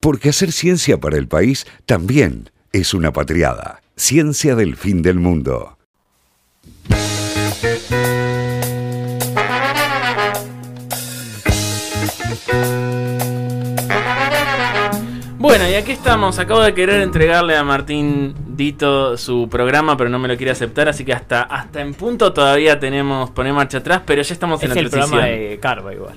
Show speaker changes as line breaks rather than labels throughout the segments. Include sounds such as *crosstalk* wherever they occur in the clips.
porque hacer ciencia para el país también es una patriada. Ciencia del fin del mundo.
Bueno, y aquí estamos. Acabo de querer entregarle a Martín Dito su programa, pero no me lo quiere aceptar, así que hasta, hasta en punto todavía tenemos poner marcha atrás, pero ya estamos en
Es
la
el
transición.
programa de Carva igual.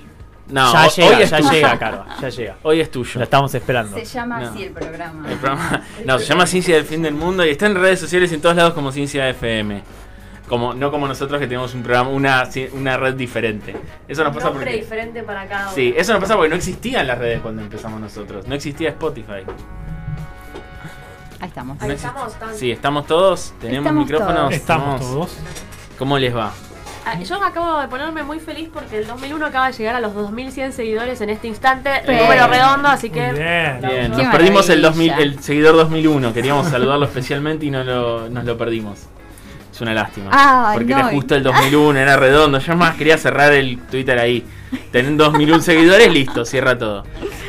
No,
ya
ho- hoy
llega,
es
ya
tuyo.
llega Carva,
*laughs*
ya llega.
Hoy es
Lo
tuyo.
estamos esperando.
Se llama
No.
así el programa.
El programa, no, se llama Ciencia del Fin del Mundo y está en redes sociales en todos lados como Ciencia FM. Como, no como nosotros que tenemos un programa, una, ci- una red diferente. Eso nos
Un
pasa
nombre
porque.
diferente para cada uno.
Sí, eso nos pasa porque no existían las redes cuando empezamos nosotros. No existía Spotify.
Ahí estamos.
Ahí
No
estamos,
existe.
tan-
Sí, estamos todos, tenemos
Estamos
micrófonos.
todos.
Estamos todos.
¿Cómo les va?
Ah, Yo acabo de ponerme muy feliz porque el 2001 acaba de llegar a los 2100 seguidores en este instante.
Sí.
Número redondo, así
Muy
que.
bien.
Aplausos.
Bien,
Qué
nos perdimos el, 2000,
maravilla.
el seguidor 2001. Queríamos saludarlo especialmente y no lo, nos lo perdimos. Es una lástima.
Ay,
porque
no.
era justo el 2001, era redondo. Yo más quería cerrar el Twitter ahí. Tener 2001 seguidores, listo, cierra todo.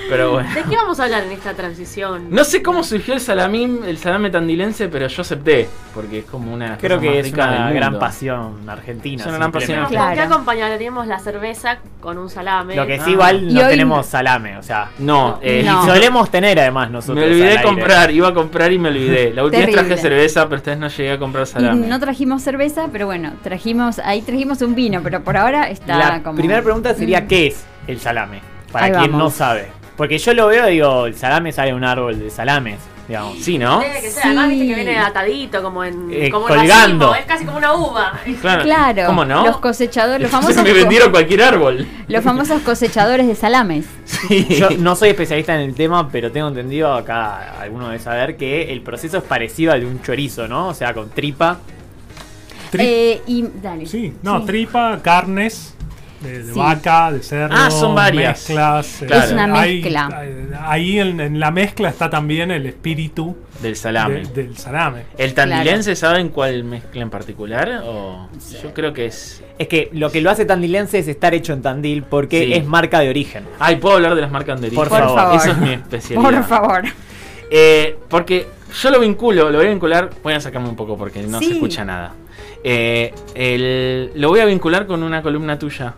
Pero bueno.
¿De qué vamos a hablar en esta transición?
No sé cómo surgió el salamín, el salame tandilense, pero yo acepté. Porque es como una de las
Creo
cosas
que
más
es
ricas del
una
mundo.
gran pasión argentina.
Es una gran
simplemente.
pasión.
¿Con
Claro.
qué acompañaríamos la cerveza con un salame?
Lo que
Ah.
sí, igual
Y
no
hoy-
tenemos salame, o sea.
No, eh,
No.
Y solemos tener además nosotros.
me
al
olvidé
aire.
comprar, iba a comprar y me olvidé. La última vez traje
Terrible.
cerveza, pero esta vez no llegué a comprar
Y
salame.
no trajimos cerveza, pero bueno, trajimos, ahí trajimos un vino, pero por ahora está
La
como.
primera pregunta sería:
Mm.
¿qué es el salame? Para
Ahí
quien
vamos.
no sabe. Porque yo lo veo y digo: el salame sale de un árbol de salames, digamos.
Sí, ¿no?
Debe que sea,
Sí.
además viste que viene atadito, como en.
Eh,
como en
colgando.
racimo, es casi como una uva.
Claro.
Claro.
¿Cómo no?
Los cosechadores, los
*laughs*
famosos,
Se me vendieron cualquier árbol.
los famosos cosechadores de salames.
Sí. *laughs*
Yo no soy especialista en el tema, pero tengo entendido acá, alguno debe saber, que el proceso es parecido al de un chorizo, ¿no? O sea, con tripa.
Tri-
Eh, y dale.
Sí, no,
Sí.
tripa, carnes. De, de
Sí.
vaca, de cerdo,
Ah, son varias.
mezclas. eh,
Claro.
Es una
hay-
mezcla.
eh, ahí en, en la mezcla está también el espíritu
Del salame.
de- del salame.
¿El tandilense saben cuál mezcla en particular? O... Yo creo que es.
Es que lo que lo hace tandilense es estar hecho en Tandil porque
Sí.
es marca de origen.
Ay, puedo hablar de las marcanderías.
Por Por favor.
favor.
Eso es mi especialidad.
Por favor.
Eh, porque yo lo vinculo, lo voy a vincular. Voy a sacarme un poco porque no
Sí.
se escucha nada. Eh, el- lo voy a vincular con una columna tuya.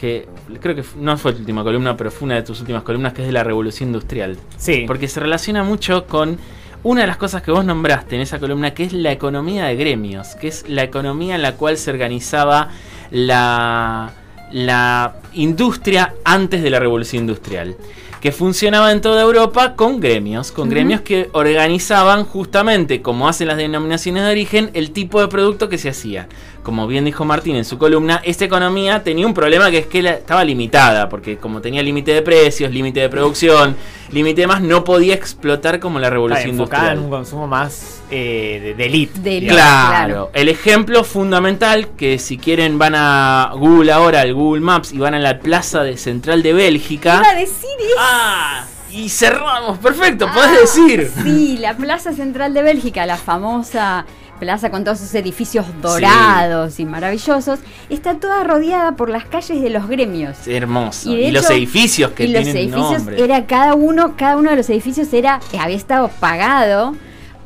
Que creo que f- no fue tu última columna, pero fue una de tus últimas columnas, que es de la revolución industrial.
Sí.
Porque se relaciona mucho con una de las cosas que vos nombraste en esa columna, que es la economía de gremios, que es la economía en la cual se organizaba la, la industria antes de la revolución industrial, que funcionaba en toda Europa con gremios, con
Ujú.
gremios que organizaban justamente, como hacen las denominaciones de origen, el tipo de producto que se hacía. Como bien dijo Martín en su columna, esta economía tenía un problema que es que la- estaba limitada, porque como tenía límite de precios, límite de producción, límite de más, no podía explotar como la
Está
revolución
enfocada
industrial.
en un consumo más eh, de, de elite.
De elite.
digamos.
Claro. El ejemplo fundamental que si quieren van a Google ahora, al Google Maps, y van a la plaza de central de Bélgica.
Iba a decir eso.
¡Ah! Y cerramos, perfecto, podés
Ah.
decir.
Sí, la Plaza Central de Bélgica, la famosa plaza con todos sus edificios dorados y maravillosos, está toda rodeada por las calles de los gremios.
Es hermoso.
Y
Y,
de
los
hecho-
edificios que
y los
tienen
edificios
nombre.
era cada uno, cada uno de los edificios era eh, había estado pagado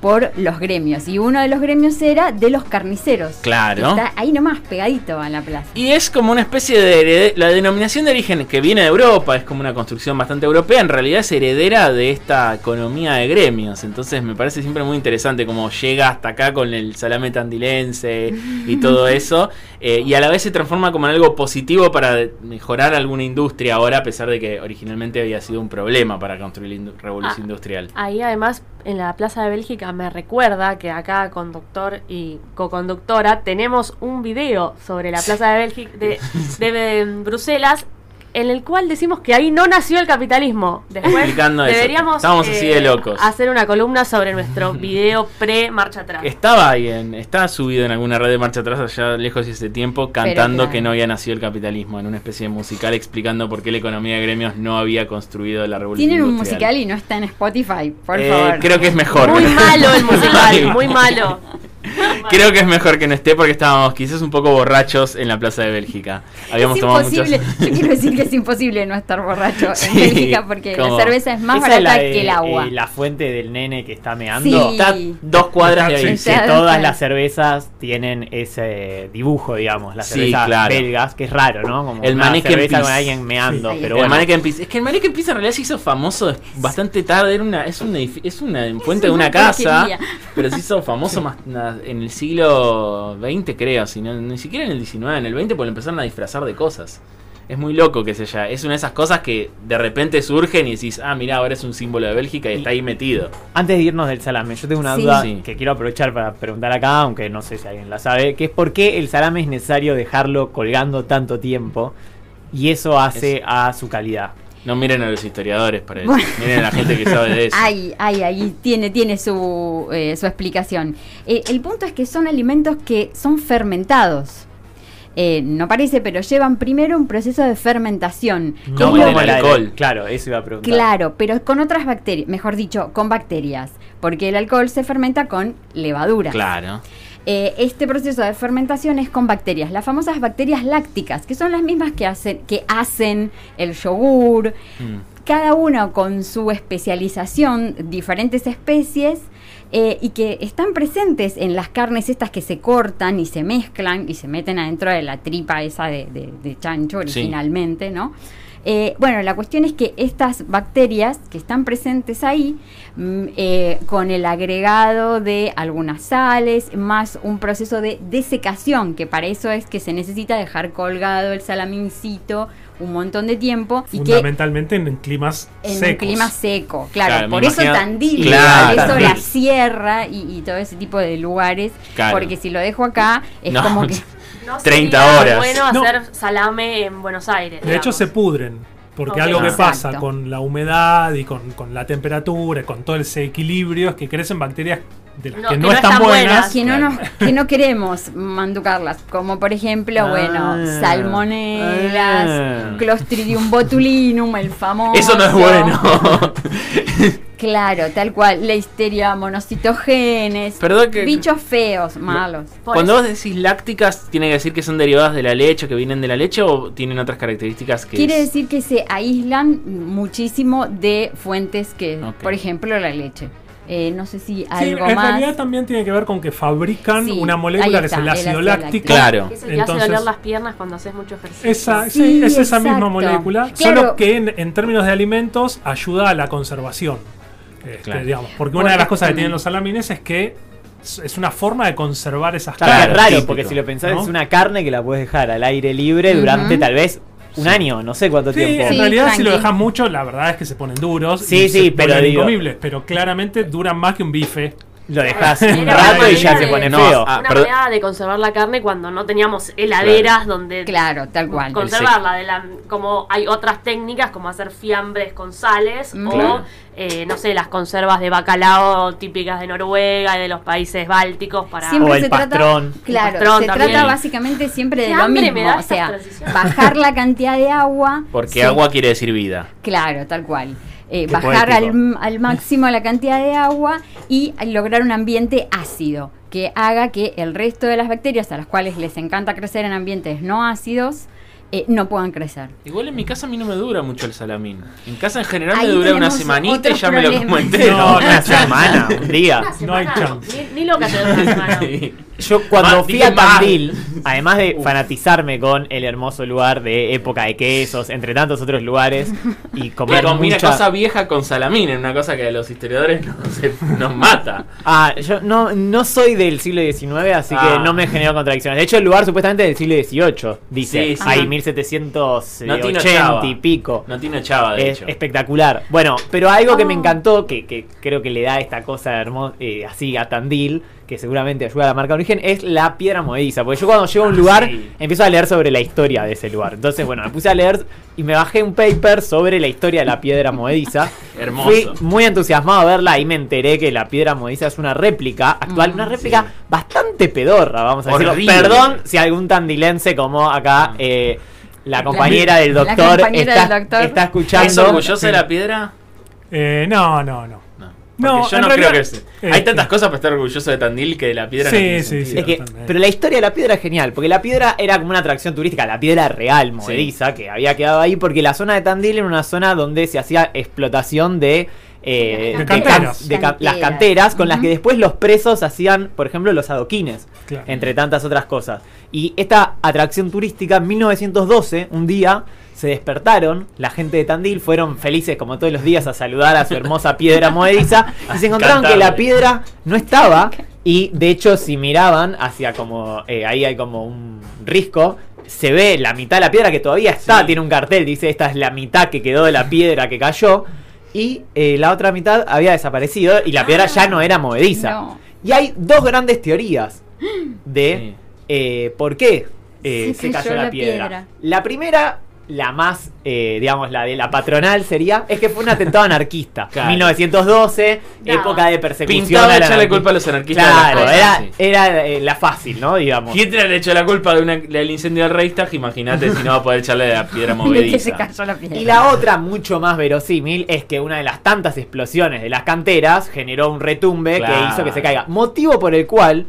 por los gremios y uno de los gremios era de los carniceros.
Claro.
Está ahí nomás pegadito a la plaza.
Y es como una especie de herede- la denominación de origen que viene de Europa, es como una construcción bastante europea, en realidad es heredera de esta economía de gremios. Entonces me parece siempre muy interesante cómo llega hasta acá con el salame tandilense y todo eso. eh, y a la vez se transforma como en algo positivo para de- mejorar alguna industria ahora, a pesar de que originalmente había sido un problema para construir la indu- revolución
Ah.
industrial.
Ahí además en la Plaza de Bélgica me recuerda que acá conductor y coconductora tenemos un video sobre la Plaza de Bélgica de, de- de Bruselas en el cual decimos que ahí no nació el capitalismo. Después
Explicando eso.
deberíamos eh,
Estábamos así de locos.
hacer una columna
*laughs*
sobre nuestro video pre marcha atrás.
Estaba ahí, en, estaba subido en alguna red de marcha atrás allá lejos de ese tiempo, cantando
claro.
que no había nacido el capitalismo, en una especie de musical explicando por qué la economía de gremios no había construido la revolución.
Tienen un
industrial.
musical y no está en Spotify, por
Eh,
favor.
*laughs* Creo que es mejor.
Muy malo el musical, muy malo.
Creo que es mejor que no esté porque estábamos quizás un poco borrachos en la Plaza de Bélgica. Habíamos
es
tomado
imposible.
muchas. *laughs*
Yo quiero decir que es imposible no estar borracho
Sí,
en Bélgica porque
¿cómo?
la cerveza es más
Esa
barata
es la de,
que el agua.
eh, la fuente del nene que está meando.
Sí.
Está dos cuadras de ahí.
Sí,
Que
Ya,
todas
ya.
las cervezas tienen ese dibujo, digamos, las
Sí,
cervezas
claro.
belgas, que es raro, ¿no? Como
El
una
mannequin
cerveza
piece.
con alguien meando,
Sí.
pero
el
bueno.
Mannequin Pizza. Es que el Mannequin Pizza en realidad se hizo famoso des- bastante tarde. Era una, es, una, edifi- es una fuente de
una
una casa.
porquería.
Pero se hizo famoso más na- en el siglo XX, creo. Si no- ni siquiera en el XIX, en el XX, porque lo empezaron a disfrazar de cosas. Es muy loco que se ya. Es una de esas cosas que de repente surgen y decís, ah, mira, ahora es un símbolo de Bélgica y está ahí metido.
Antes de irnos del salame, yo tengo una
Sí.
duda
Sí.
que quiero aprovechar para preguntar acá, aunque no sé si alguien la sabe, que es por qué el salame es necesario dejarlo colgando tanto tiempo y eso hace
Es-
a su calidad.
No miren a los historiadores para eso.
Bueno.
Miren a la gente que sabe de eso.
Ay, ay, *laughs* ahí tiene, tiene su, eh, su explicación. Eh, el punto es que son alimentos que son fermentados. Eh, no parece, pero llevan primero un proceso de fermentación. que
Como
es
en
lo
el
la del-
alcohol.
Claro, eso iba a preguntar.
Claro, pero con otras bacterias, mejor dicho, con bacterias, porque el alcohol se fermenta con levadura.
Claro.
Eh, este proceso de fermentación es con bacterias, las famosas bacterias lácticas, que son las mismas que hacen, que hacen el yogur,
Mm.
cada una con su especialización, diferentes especies, eh, y que están presentes en las carnes estas que se cortan y se mezclan y se meten adentro de la tripa esa de, de- de chancho
Sí.
originalmente, ¿no? Eh, bueno, la cuestión es que estas bacterias que están presentes ahí, mm, eh, con el agregado de algunas sales, más un proceso de desecación, que para eso es que se necesita dejar colgado el salamincito un montón de tiempo y que
Fundamentalmente en climas
en un
secos.
clima seco, claro,
Claro, me
por eso
imagino-
Tandil,
Claro,
por eso
Tandil.
la sierra y, y todo ese tipo de lugares,
Claro.
porque si lo dejo acá es
No. *laughs*
como que *laughs*
No
30
sería
horas.
bueno
No.
hacer salame en Buenos Aires.
De hecho
digamos.
se pudren. Porque
Ok.
algo que
Exacto.
pasa con la humedad y con, con la temperatura, y con todo ese equilibrio, es que crecen bacterias de las
No,
que no, están, buenas.
que no nos, que no queremos manducarlas, como por ejemplo,
Ah.
bueno, salmonelas,
Ah.
Clostridium botulinum, el famoso.
Eso no es bueno.
*laughs* Claro, tal cual, la histeria monocitogenes,
Perdón que-
bichos feos, malos.
Por
Cuando
eso.
vos decís lácticas, ¿tiene que decir que son derivadas de la leche o que vienen de la leche o tienen otras características que
Quiere
es-
decir que se aíslan muchísimo de fuentes que,
Ok.
por ejemplo, la leche. Eh, no sé si
Sí,
algo
en
más.
realidad también tiene que ver con que fabrican
Sí,
una molécula
ahí
que es
está,
el
el
ácido
ácido láctico.
láctico.
Claro.
Que es el que hace
Entonces-
doler las piernas cuando haces mucho ejercicio.
Esa,
Sí,
sí, es esa misma
exacto.
molécula,
Claro.
solo que en, en términos de alimentos ayuda a la conservación. Este,
Claro.
digamos, porque una de las cosas que
Correctamente.
tienen los salamines es que es- es una forma de conservar esas
Claro,
Claro,
es raro,
típico,
porque si lo pensás
¿no?
es una carne que la puedes dejar al aire libre durante
Ujú.
tal vez un año, no sé cuánto
Sí,
tiempo.
en
Sí,
realidad si lo
tranqui.
dejas mucho, la verdad es que se ponen duros.
Sí,
y
sí,
se
pero
vuelven
digo-
incomibles, pero claramente duran más que un bife.
Lo *laughs* dejas un
Era
rato
una
y ya
manera
se
de-
pone
No,
feo.
ah,
una
perdón.
manera de conservar la carne cuando no teníamos heladeras donde
Claro, tal cual.
Con-
conservarla. De la, como hay otras técnicas como hacer fiambres con sales
Mm.
o,
Claro.
eh, no sé, las conservas de bacalao típicas de Noruega y de los países bálticos para...
Siempre
O el
se
pastrón.
trata, claro,
El pastrón
se
también.
trata básicamente siempre
Qué
de lo
hambre me da
mismo, o
esta
sea,
transición.
bajar la cantidad de agua.
Porque
sí,
agua quiere decir vida.
Claro, tal cual. Eh,
Qué
bajar al,
poético.
al máximo la cantidad de agua y lograr un ambiente ácido que haga que el resto de las bacterias a las cuales les encanta crecer en ambientes no ácidos eh, no puedan crecer.
Igual en mi casa a mí no me dura mucho el salamín. En casa en general
Ahí
me dura una
tenemos
semanita y
otros
ya me lo
problemas. *laughs*
como entero.
No,
una semana, un día.
Una
No hay
semana,
chance.
Ni, ni loca te da una
*laughs*
Ah,
semana.
Yo cuando
Ma-
fui
dije
a
mal.
Tandil, además de fanatizarme con el hermoso lugar de época de quesos, entre tantos otros lugares,
*laughs*
y
Comer
comer
combina
mucha-
cosa vieja con salamín, en una cosa que a los historiadores no se- nos mata.
Ah, yo no, no soy del siglo XIX, así
Ah.
que no me generó contradicciones. De hecho, el lugar supuestamente es del siglo XVIII, dice.
Sí, sí.
Hay
Ajá.
1780
No tiene octava.
y pico.
No tiene chava, de
es
hecho.
espectacular. Bueno, pero algo que me
Oh.
encantó, que, que creo que le da esta cosa hermosa, así a Tandil, que seguramente ayuda a la marca de origen, es la piedra movediza. Porque yo cuando llego a un
Ah,
lugar,
sí.
empiezo a leer sobre la historia de ese lugar. Entonces, bueno, me puse a leer y me bajé un paper sobre la historia de la piedra movediza.
*laughs* Hermoso.
Fui muy entusiasmado a verla y me enteré que la piedra movediza es una réplica actual,
Mm,
una réplica bastante pedorra, vamos a decirlo.
Horrible.
Perdón si algún tandilense como
Ah.
acá... eh, la compañera del
la
doctor,
compañera
está,
del doctor.
está
¿Es
escuchando.
orgulloso de la piedra?
Eh, no, no, no.
No. Porque
No,
yo
en
no
realidad,
creo que se-
eh,
Hay tantas cosas para estar orgulloso de Tandil que de la piedra
Sí,
no tiene
sí,
sentido.
sí.
Es que-
bastante.
pero la historia de la piedra es genial, porque la piedra era como una atracción turística, la piedra real, movediza, que había quedado ahí, porque la zona de Tandil era una zona donde se hacía explotación de... eh,
De
de
canteras.
can- de ca- las
Canteras.
canteras con las que
Ujú.
después los presos hacían, por ejemplo, los adoquines,
Claro.
entre tantas otras cosas. Y esta atracción turística, en 1912, un día se despertaron, la gente de Tandil fueron felices como todos los días a saludar a su hermosa piedra movediza y se encontraron que la
Cantarle.
piedra no estaba y de hecho si miraban hacia como eh, ahí hay como un risco se ve la mitad de la piedra que todavía está
Sí.
tiene un cartel dice esta es la mitad que quedó de la piedra que cayó y eh, la otra mitad había desaparecido y la piedra ya no era movediza
*laughs* No.
y hay dos grandes teorías de
Sí.
eh, por qué eh,
Sí,
se
sí,
cayó
yo
la
la
piedra.
piedra.
La primera, la más, eh, digamos, la de la patronal sería, es que fue un atentado anarquista.
Claro.
1912,
No.
época de persecución.
Pintaba
al
echarle
anarquismo.
culpa a los anarquistas.
Claro,
de las
era,
cosas, sí.
era eh, la fácil, ¿no? Digamos.
Hitler le echó la culpa de una- del incendio del Reichstag, imagínate si no va a poder echarle la piedra
*laughs* De que se
movediza.
cayó la piedra.
Y la otra, mucho más verosímil, es que una de las tantas explosiones de las canteras generó un retumbe
Claro.
que hizo que se caiga. Motivo por el cual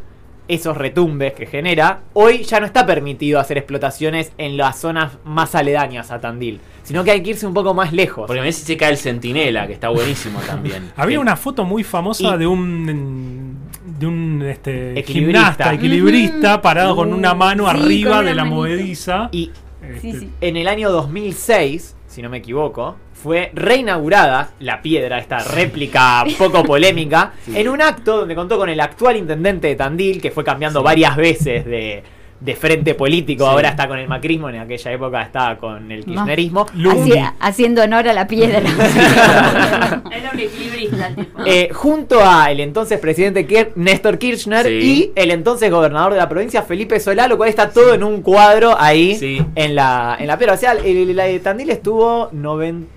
esos retumbes que genera, hoy ya no está permitido hacer explotaciones en las zonas más aledañas a Tandil, sino que hay que irse un poco más lejos.
Porque me dice se cae el centinela, que está buenísimo también.
*laughs*
Eh,
Había
Que-
una foto muy famosa
Y-
de un de un este,
Equilibrista.
gimnasta, equilibrista,
Ujú.
parado con una mano
Sí,
arriba
con una
de la
manito.
movediza.
Y
Este,
Sí, sí.
en el año 2006, si no me equivoco, fue reinaugurada la piedra, esta réplica poco polémica, en un acto donde contó con el actual intendente de Tandil, que fue cambiando varias veces de, de frente político,
Sí.
ahora está con el macrismo, en aquella época estaba con el kirchnerismo.
Lundi.
Haci- haciendo honor a
*laughs*
la piedra. *laughs*
Era un equilibrista el tipo.
Eh, junto a el entonces presidente Kir- Néstor Kirchner
Sí.
y el entonces gobernador de la provincia Felipe Solá, lo cual está todo en un cuadro ahí
Sí.
en la en la piedra. O sea, el, el- la de Tandil estuvo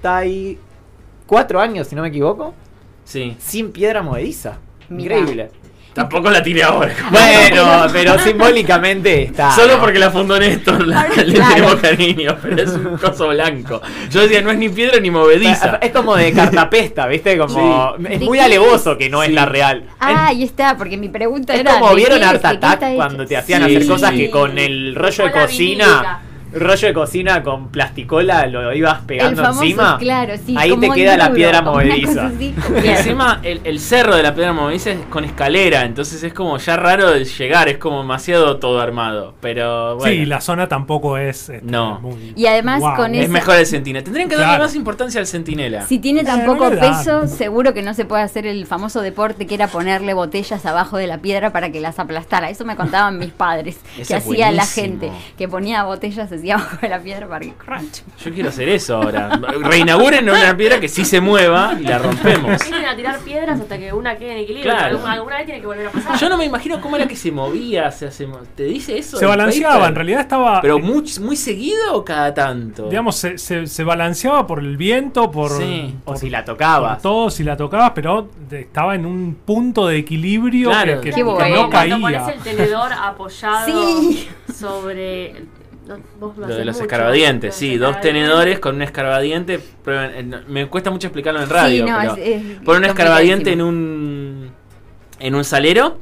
94 años, si no me equivoco,
Sí.
sin piedra movediza.
Mirá. Ah,
Increíble.
Tampoco la tiré ahora.
Bueno, pero simbólicamente está.
Solo porque la fundó Néstor, la-
Ah,
Ahora,
*laughs* le
claro.
tenemos cariño, pero es un coso blanco. Yo decía, no es ni piedra ni movediza.
Es como
*laughs*
de cartapesta, ¿viste? Como es
¿De
muy
qué
alevoso que no es
Sí.
la real.
ah, ahí está, porque mi pregunta
Es
era.
como
¿de
vieron
qué es?
Art
¿De qué
Attack
está hecho?
cuando te hacían
Sí.
hacer cosas que con el rollo de
Cola
cocina, rollo de cocina con plasticola lo ibas
El
pegando
famoso,
encima.
claro, sí,
ahí
como
te
el
queda la
duro,
piedra
como una
movediza.
cosa
*laughs*
así.
Y encima, el, el cerro de la piedra movediza es con escalera, entonces es como ya raro de llegar, es como demasiado todo armado. Pero bueno.
Sí, la zona tampoco es. este,
No.
muy-
Y además con
Es
Esa-
mejor el centinela. Tendrían que darle
Claro.
más importancia al centinela.
Si tiene tan
Eh,
poco
¿verdad?
peso, seguro que no se puede hacer el famoso deporte que era ponerle botellas abajo de la piedra para que las aplastara. Eso me contaban
*laughs*
mis padres,
Eso
que
es
hacía la
buenísimo.
gente, que ponía botellas así *laughs* abajo de la piedra para que crunch.
Yo quiero hacer eso ahora. *laughs* Reinauguren una piedra que sí se mueva y la rompemos.
Empiecen a tirar piedras hasta que una quede en equilibrio.
Claro.
Alguna, alguna vez tiene que volver a pasar.
Yo no me imagino cómo era que se movía. se hace- ¿Te dice eso?
Se
el
balanceaba,
paper?
en realidad estaba. eh,
Pero muy, muy seguido o cada tanto.
digamos, se, se- se balanceaba por el viento, por.
Sí.
O si la
por
tocabas.
todo, si la tocabas, pero estaba en un punto de equilibrio
Claro.
que, que-
Qué
que
bueno.
no
Cuando
caía.
pones el tenedor apoyado
Sí.
sobre. no, vos lo
Lo de
haces
los
mucho,
escarbadientes,
lo de
sí,
los
dos
escarbadientes. *laughs*
tenedores con un escarbadiente. prueben, eh, no, Me cuesta mucho explicarlo en radio.
Sí, no,
pero
es- es
ponen un escarbadiente en
complicadísimo.
un en un salero,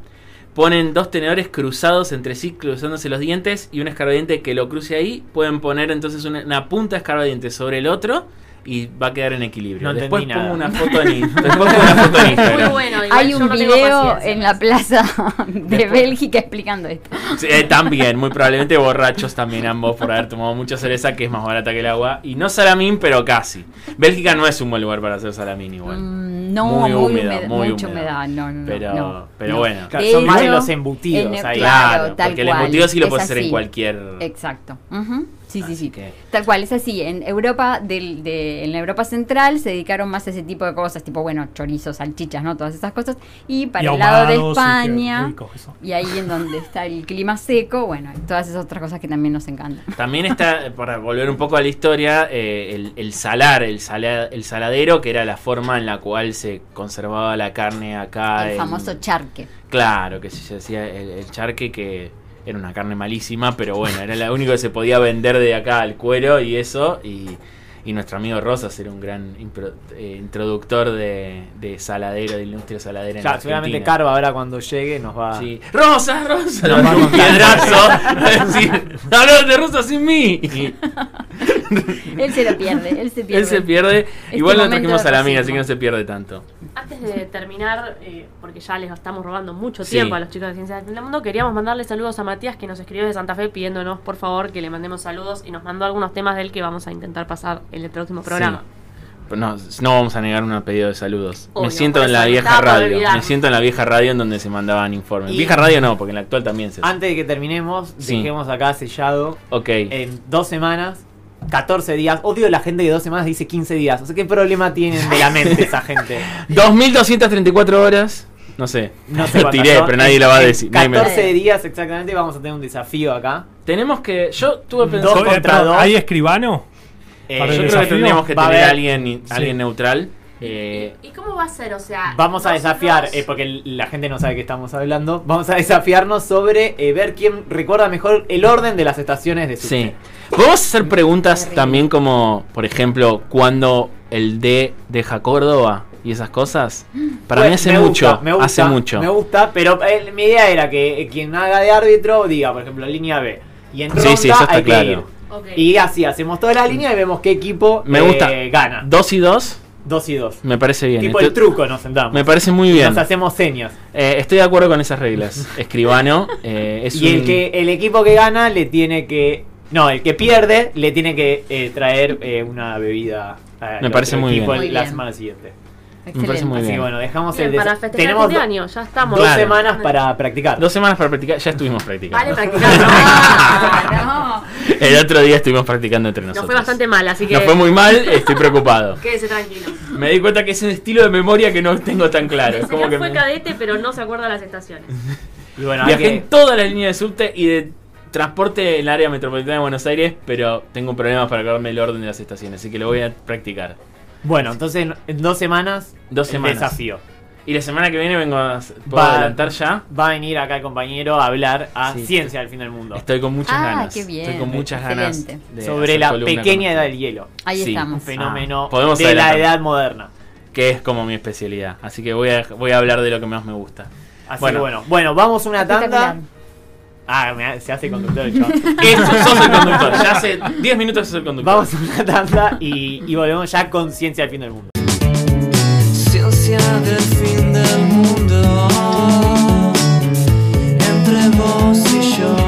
ponen dos tenedores cruzados entre sí, cruzándose los dientes, y un escarbadiente que lo cruce ahí, pueden poner entonces una, una punta de escarbadiente sobre el otro y va a quedar en equilibrio.
No
después
entendí
pongo
nada.
una foto
*laughs*
en, in- después pongo una foto en
Muy
Instagram.
bueno, igual
Hay
yo
un
no tengo
video
paciencia.
en la plaza de
Después.
Bélgica explicando esto.
Sí, eh, también, muy probablemente borrachos también ambos por haber tomado mucha cereza, que es más barata que el agua. Y no salamín, pero casi. Bélgica no es un buen lugar para hacer salamín igual.
Mm, no,
Muy
muy,
húmeda,
humedad,
muy
mucha
húmeda.
humedad, no, no, no,
Pero,
no.
pero
no.
bueno.
Claro, son
De
más
hecho,
los embutidos
en-
ahí.
Claro, tal
porque el
cual,
embutido sí lo
es
puedes hacer en
así.
cualquier.
Exacto. Ujú. Sí, sí,
Así
sí.
que-
Tal cual, es así. En Europa, del, de, en la Europa Central se dedicaron más a ese tipo de cosas, tipo, bueno, chorizos, salchichas, ¿no? Todas esas cosas. Y para
y
el lado de
ahumados, y que
España,
rico eso.
y, ahí en donde está el clima seco, bueno, todas esas otras cosas que también nos encantan.
También está, para volver un poco a la historia, eh, el, el salar, el, sala- el saladero, que era la forma en la cual se conservaba la carne acá.
el
en-
famoso charque.
Claro, que se hacía el, el charque que era una carne malísima, pero bueno, era la única que se podía vender de acá al cuero y eso. Y, Y nuestro amigo Rosas era un gran impro- eh, introductor de, de saladero, de industria saladera. en
Ya,
la
seguramente
Argentina.
Carva ahora cuando llegue nos va.
Sí. Rosa, Rosa,
Nos va
un
contando.
piedrazo. *laughs* Sí, Hablaron de Rosa sin mí. Y
Él se lo pierde, él se pierde.
él se pierde.
Este
Igual lo
momento
trajimos a la
racismo.
amiga, así que no se pierde tanto.
Antes de terminar, eh, porque ya les estamos robando mucho
Sí.
tiempo a los chicos de Ciencia del Mundo, queríamos mandarle saludos a Matías que nos escribió de Santa Fe pidiéndonos por favor que le mandemos saludos y nos mandó algunos temas de él que vamos a intentar pasar en el próximo programa.
Pero No, no vamos a negar un pedido de saludos.
Obvio,
Me siento
por
en
eso
la
me
vieja
estaba por
radio.
olvidar.
Me siento en la vieja radio en donde se mandaban informes.
Y- Ah,
Vieja radio no, porque en la actual también se hace.
Antes de que terminemos,
Sí.
dejemos acá sellado
Ok.
en dos semanas, 14 días. Odio la gente que dos semanas dice 15 días. O sea, ¿qué problema tienen de la mente esa gente?
2.234 horas. No sé. *laughs*
No sé
Lo
cuántas
tiré,
son.
pero nadie
En-
lo va *laughs* a
en
decir. Nadie me-
14 días exactamente vamos a tener un desafío acá.
Tenemos que. Yo tuve
Dos
pensado.
Co- eh,
contra
perdón,
dos.
¿Hay escribano?
Eh,
Yo
Para el
creo que
desafío
tendríamos que
va a
tener a
haber-
alguien,
Sí.
alguien neutral. Eh,
¿Y cómo va a ser? O sea,
Vamos a desafiar, eh, porque el- la gente no sabe que estamos hablando. Vamos a desafiarnos sobre eh, ver quién recuerda mejor el orden de las estaciones de su
sí. Podemos hacer preguntas también como, por ejemplo, cuando el D deja Córdoba y esas cosas. Para mí hace mucho. hace mucho.
Pues, Me gusta, pero eh, mi idea era que eh, quien haga de árbitro diga, por ejemplo, línea B. Y en
Sí, sí, eso
ronda
está
hay que
claro.
ir. Y así hacemos toda la línea y vemos qué equipo
Me
eh,
gusta.
gana.
Dos y dos,
Dos y dos.
me parece bien.
tipo
Estoy-
el truco nos sentamos.
Me parece muy bien.
Nos hacemos señas.
Eh, estoy de acuerdo con esas *laughs* reglas. Escribano eh, es
y el
un-
que el equipo que gana le tiene que. No, el que pierde le tiene que eh, traer eh, una bebida. al
Me parece
otro
muy
equipo
bien.
el-
Muy
la
bien.
semana siguiente.
me parece muy
Así que
bien.
bueno, dejamos el.
para
desa-
festejar
Tenemos
el
do-
año, ya estamos.
dos
Claro.
semanas para practicar.
Dos semanas para practicar, ya estuvimos
Vale,
practicando.
practicar.
Ah, no.
*laughs* El otro día estuvimos practicando entre
Nos
nosotros.
fue bastante mal, así que
Nos fue muy mal, estoy
*laughs*
preocupado.
quédese tranquilo.
Me di cuenta que es un estilo de memoria que no tengo tan claro. Es
El
como
señor
que
fue
me-
cadete, pero no se acuerda las estaciones.
Y bueno, hay
Viajé
que-
en toda la línea de subte y de transporte en el área metropolitana de Buenos Aires, pero tengo problemas para acordarme el orden de las estaciones, así que lo voy a practicar.
bueno, entonces en dos semanas.
Dos
el
semanas.
desafío.
Y la semana que viene vengo a... ¿Puedo
Va-
adelantar ya?
Va a venir acá el compañero a hablar a
Sí.
Ciencia del Fin del Mundo.
Estoy con muchas
Ah,
ganas.
qué bien.
Estoy con muchas ganas.
Excelente.
de
sobre
hacer
la
columna
pequeña
con-
edad del hielo.
Ahí
Sí.
Un
estamos.
fenómeno
podemos
de la
adelantar.
edad moderna.
Que es como mi especialidad. Así que voy a, voy a hablar de lo que más me
*laughs*
gusta.
Así
Bueno.
que bueno. Bueno, vamos una tanda.
Espectacular.
Ah, me- se hace conductor el chaval.
Eso, sos el conductor. Ya hace 10 minutos que sos el conductor.
Vamos a una tanda y, y volvemos ya con Ciencia al Fin del Mundo.
Ciencia del fin del mundo entre vos y yo.